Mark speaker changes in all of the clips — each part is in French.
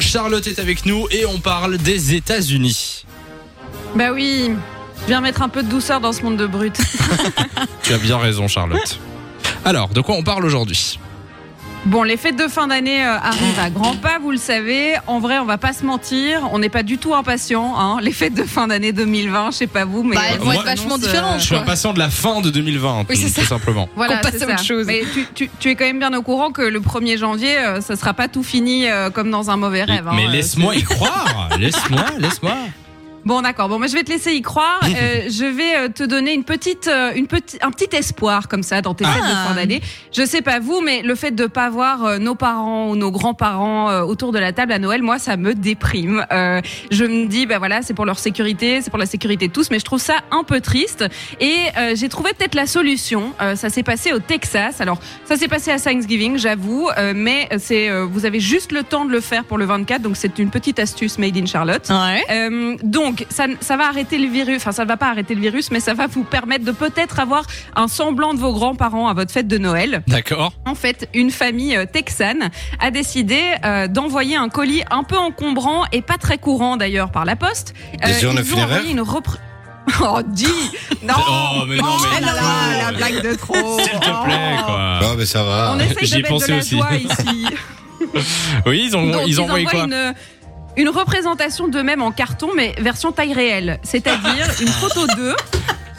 Speaker 1: Charlotte est avec nous et on parle des États-Unis.
Speaker 2: Bah oui, je viens mettre un peu de douceur dans ce monde de brut.
Speaker 1: Tu as bien raison, Charlotte. Alors, de quoi on parle aujourd'hui
Speaker 2: Bon, les fêtes de fin d'année euh, arrivent à grands pas, vous le savez. En vrai, on va pas se mentir, on n'est pas du tout impatient. Hein. Les fêtes de fin d'année 2020, je sais pas vous, mais
Speaker 3: Bah, elles vont
Speaker 1: moi,
Speaker 3: être vachement
Speaker 2: annonce, euh,
Speaker 3: différentes.
Speaker 1: Je suis
Speaker 3: quoi.
Speaker 1: impatient de la fin de 2020,
Speaker 3: Oui, c'est
Speaker 1: tout
Speaker 3: ça.
Speaker 1: simplement.
Speaker 2: voilà,
Speaker 3: qu'on passe
Speaker 2: c'est
Speaker 3: à autre
Speaker 2: ça.
Speaker 3: chose.
Speaker 2: Mais tu, tu- tu es quand même bien au courant que le 1er janvier, euh, ça sera pas tout fini euh, comme dans un mauvais rêve. hein.
Speaker 1: Mais
Speaker 2: Euh,
Speaker 1: laisse-moi y croire Laisse-moi, laisse-moi
Speaker 2: Bon, d'accord. Bon, moi, je vais te laisser y croire. Euh, je vais euh, te donner une petite, euh, une petit, un petit espoir comme ça dans tes fêtes de
Speaker 3: Ah.
Speaker 2: fin d'année. Je sais pas vous, mais le fait de pas voir euh, nos parents ou nos grands-parents euh, autour de la table à Noël, moi, ça me déprime. Euh, je me dis, bah voilà, c'est pour leur sécurité, c'est pour la sécurité de tous, mais je trouve ça un peu triste. Et euh, j'ai trouvé peut-être la solution. Euh, ça s'est passé au Texas. Alors, ça s'est passé à Thanksgiving, j'avoue, euh, mais c'est, euh, vous avez juste le temps de le faire pour le 24, donc c'est une petite astuce made in Charlotte.
Speaker 3: Ouais.
Speaker 2: Euh, donc, ça, ça va arrêter le virus. Enfin, ça va pas arrêter le virus, mais ça va vous permettre de peut-être avoir un semblant de vos grands-parents à votre fête de Noël.
Speaker 1: D'accord
Speaker 2: En fait, une famille euh, texane a décidé euh, d'envoyer un colis un peu encombrant et pas très courant d'ailleurs par la poste. Euh,
Speaker 4: Des urnes
Speaker 2: ils ont
Speaker 4: funéraires
Speaker 2: envoyé une repr- Oh, dis Non
Speaker 1: Oh, mais non, mais
Speaker 2: là là,
Speaker 1: non.
Speaker 2: la blague Oh. de trop
Speaker 1: S'il te plaît, quoi
Speaker 4: Ah, mais ça va.
Speaker 2: On essaye de
Speaker 1: J'y
Speaker 2: mettre de
Speaker 1: pensais
Speaker 2: la
Speaker 1: aussi.
Speaker 2: joie ici.
Speaker 1: Oui, ils ont,
Speaker 2: Donc,
Speaker 1: ils ont envoyé
Speaker 2: envoient
Speaker 1: quoi
Speaker 2: une, une représentation d'eux-mêmes en carton, mais version taille réelle. C'est-à-dire une photo d'eux.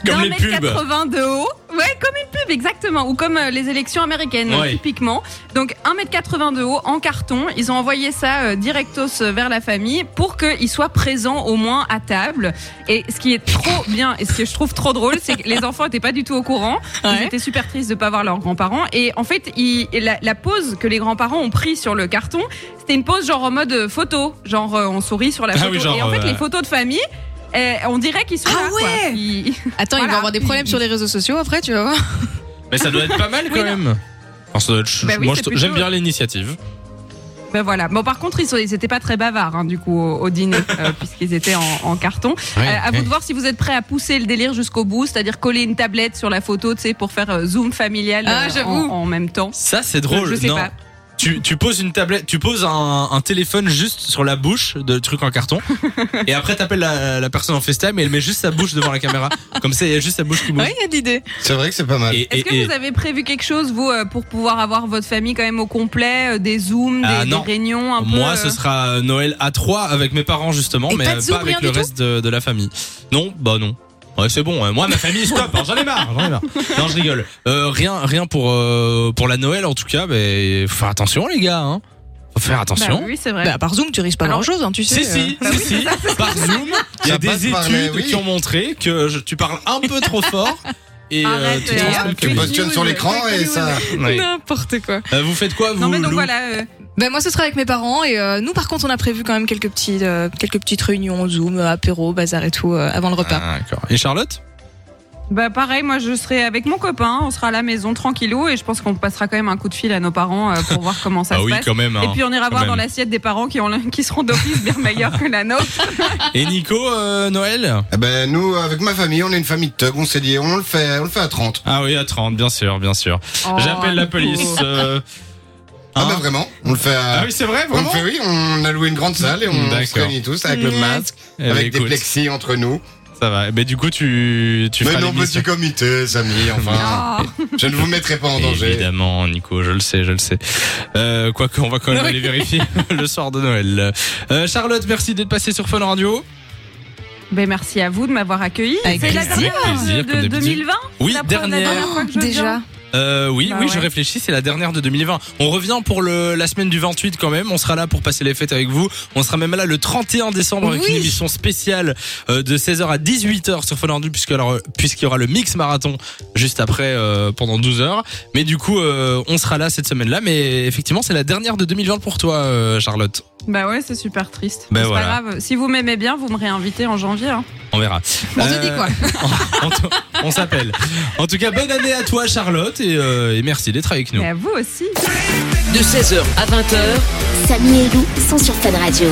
Speaker 1: Comme
Speaker 2: d'un
Speaker 1: les
Speaker 2: mètre
Speaker 1: pubs.
Speaker 2: 80 de haut. Ouais, comme une pub, exactement. Ou comme euh, les élections américaines,
Speaker 1: Ouais.
Speaker 2: typiquement. Donc, 1m80 de haut en carton. Ils ont envoyé ça euh, directos euh, vers la famille pour qu'ils soient présents au moins à table. Et ce qui est trop bien et ce que je trouve trop drôle, c'est que les enfants n'étaient pas du tout au courant. Ils
Speaker 3: Ouais.
Speaker 2: étaient super tristes de ne pas voir leurs grands-parents. Et en fait, ils- la, la pose que les grands-parents ont pris sur le carton, c'était une pose genre en mode euh, photo. Genre, euh, on sourit sur la
Speaker 1: Ah
Speaker 2: photo.
Speaker 1: oui, genre,
Speaker 2: et en fait,
Speaker 1: euh,
Speaker 2: les photos de famille, euh, on dirait qu'ils sont
Speaker 3: Ah
Speaker 2: là. quoi.
Speaker 3: ouais
Speaker 2: Ils-
Speaker 3: Attends, il
Speaker 2: Voilà.
Speaker 3: va avoir des problèmes sur les réseaux sociaux après, tu vas voir.
Speaker 1: Mais ça doit être pas mal, quand
Speaker 2: Oui, non.
Speaker 1: même Enfin, ça doit être-
Speaker 2: Bah oui,
Speaker 1: Moi,
Speaker 2: c'est
Speaker 1: je-
Speaker 2: plutôt-
Speaker 1: j'aime bien l'initiative.
Speaker 2: Ben voilà. Bon, par contre, ils sont- ils étaient pas très bavards, hein, du coup, au, au dîner, euh, puisqu'ils étaient en, en carton. Euh, à vous de voir si vous êtes prêts à pousser le délire jusqu'au bout, c'est-à-dire coller une tablette sur la photo, tu sais, pour faire euh, zoom familial
Speaker 3: Ah,
Speaker 2: euh,
Speaker 3: j'avoue.
Speaker 2: en, en même temps.
Speaker 1: Ça, c'est drôle.
Speaker 2: Je sais
Speaker 1: non.
Speaker 2: pas.
Speaker 1: Tu, tu poses une tablette, tu poses un, un téléphone juste sur la bouche de truc en carton, et après t'appelles la, la personne en FaceTime et elle met juste sa bouche devant la caméra, comme ça il y a juste sa bouche qui bouge.
Speaker 3: Ouais, il y a de l'idée.
Speaker 4: C'est vrai que c'est pas mal.
Speaker 1: Et,
Speaker 2: Est-ce
Speaker 1: et-
Speaker 2: que
Speaker 1: et-
Speaker 2: vous avez prévu quelque chose, vous, euh, pour pouvoir avoir votre famille quand même au complet, euh, des zooms, des,
Speaker 1: Ah,
Speaker 2: des
Speaker 1: non.
Speaker 2: réunions, un peu
Speaker 1: moi,
Speaker 2: euh,
Speaker 1: ce sera Noël à 3 avec mes parents justement,
Speaker 3: Et
Speaker 1: mais
Speaker 3: pas de
Speaker 1: euh,
Speaker 3: Zoom,
Speaker 1: avec
Speaker 3: rien
Speaker 1: le
Speaker 3: du tout
Speaker 1: reste de, de la famille. Non, bah non. Ouais, c'est bon. ouais. Moi, ma famille, stop. hein, j'en ai marre. J'en ai marre. Non, je rigole. Euh, rien, rien pour euh, pour la Noël en tout cas. Mais faut faire attention les gars. Hein. Faut faire
Speaker 2: Bah
Speaker 1: attention.
Speaker 2: oui, c'est vrai.
Speaker 3: Bah, par Zoom, tu risques pas
Speaker 2: Alors-
Speaker 3: grand chose, tu sais. euh.
Speaker 1: Si, si,
Speaker 2: Bah
Speaker 1: si,
Speaker 2: oui,
Speaker 1: si. Par Zoom, il y a
Speaker 4: Ça
Speaker 1: des
Speaker 4: passe
Speaker 1: études
Speaker 4: par les- oui.
Speaker 1: qui ont montré que je- tu parles un peu trop fort et euh,
Speaker 2: Arrête,
Speaker 1: tu
Speaker 2: euh,
Speaker 1: transmets le
Speaker 2: fake
Speaker 4: Tu
Speaker 1: public.
Speaker 4: positionnes
Speaker 2: news,
Speaker 4: sur l'écran
Speaker 2: fake
Speaker 4: et ça.
Speaker 2: news.
Speaker 1: Ouais.
Speaker 3: N'importe quoi.
Speaker 1: Euh, Vous faites quoi, vous
Speaker 2: Non mais donc
Speaker 1: Lou
Speaker 2: voilà. euh,
Speaker 3: Ben moi ce sera avec mes parents et euh, nous par contre on a prévu quand même quelques petites euh, quelques petites réunions Zoom, euh, apéro, bazar et tout euh, avant le repas.
Speaker 1: Ah, d'accord. Et Charlotte
Speaker 2: Bah pareil, moi je serai avec mon copain, on sera à la maison tranquillou et je pense qu'on passera quand même un coup de fil à nos parents euh, pour voir comment
Speaker 4: Ah
Speaker 1: Bah
Speaker 2: ça se passe.
Speaker 1: quand même.
Speaker 2: Et
Speaker 4: hein.
Speaker 2: puis on ira voir
Speaker 1: même.
Speaker 2: dans l'assiette des parents qui, ont, le- qui seront d'office bien meilleurs que la nôtre.
Speaker 1: Et Nico, euh, Noël
Speaker 4: Eh ben, nous, avec ma famille, on est une famille de thugs. On s'est dit, on le fait, on le fait à 30.
Speaker 1: Ah oui, à 30, bien sûr, bien sûr.
Speaker 2: Oh,
Speaker 1: J'appelle la police. euh,
Speaker 4: Ah,
Speaker 1: hein
Speaker 4: bah vraiment, on le fait à.
Speaker 1: Ah oui, c'est vrai,
Speaker 4: on le
Speaker 1: vraiment
Speaker 4: fait, oui, on a loué une grande salle et on se
Speaker 1: D'accord.
Speaker 4: réunit tous avec le
Speaker 3: Ouais.
Speaker 4: masque,
Speaker 1: Eh ben,
Speaker 4: avec des
Speaker 1: écoute,
Speaker 4: plexis entre nous.
Speaker 1: Ça va. Mais du coup, tu, tu
Speaker 4: Mais
Speaker 1: feras
Speaker 4: non,
Speaker 1: l'émission.
Speaker 4: petit comité, Samy, enfin.
Speaker 2: Oh.
Speaker 4: je ne vous mettrai pas en danger.
Speaker 1: Évidemment, Nico, je le sais, je le sais. Euh, Quoique, on va quand même
Speaker 3: Oui.
Speaker 1: aller vérifier le soir de Noël. Euh, Charlotte, merci d'être passée sur Fun Radio.
Speaker 2: Ben, merci à vous de m'avoir accueilli.
Speaker 1: Ah.
Speaker 3: Avec
Speaker 2: C'est la
Speaker 1: plaisir.
Speaker 2: dernière
Speaker 1: Avec plaisir,
Speaker 2: de,
Speaker 1: comme
Speaker 2: de
Speaker 1: d'habitude.
Speaker 2: 2020
Speaker 1: Oui,
Speaker 2: la pre- la
Speaker 1: dernière.
Speaker 2: fois que je
Speaker 3: Déjà.
Speaker 2: viens.
Speaker 1: Euh, oui,
Speaker 2: Bah
Speaker 1: oui, je
Speaker 2: ouais.
Speaker 1: réfléchis, c'est la dernière de 2020. On revient pour le, la semaine du 28 quand même. On sera là pour passer les fêtes avec vous. On sera même là le 31 décembre avec
Speaker 3: Oui.
Speaker 1: une émission spéciale euh, de 16h à 18h sur Fun Radio puisque alors, euh, puisqu'il y aura le mix marathon juste après euh, pendant 12 heures. Mais du coup, euh, on sera là cette semaine-là. Mais effectivement, c'est la dernière de 2020 pour toi, euh, Charlotte.
Speaker 2: Bah ouais, c'est super triste.
Speaker 1: Ben
Speaker 2: c'est
Speaker 1: voilà.
Speaker 2: pas grave. Si vous m'aimez bien, vous me réinvitez en janvier. hein.
Speaker 1: On verra.
Speaker 3: On te dit quoi
Speaker 1: On, t- on s'appelle. En tout cas, bonne année à toi, Charlotte, et, euh, et merci d'être avec nous.
Speaker 2: Et à vous aussi.
Speaker 5: De 16h à 20h,
Speaker 6: Samy et Lou sont sur Fan Radio.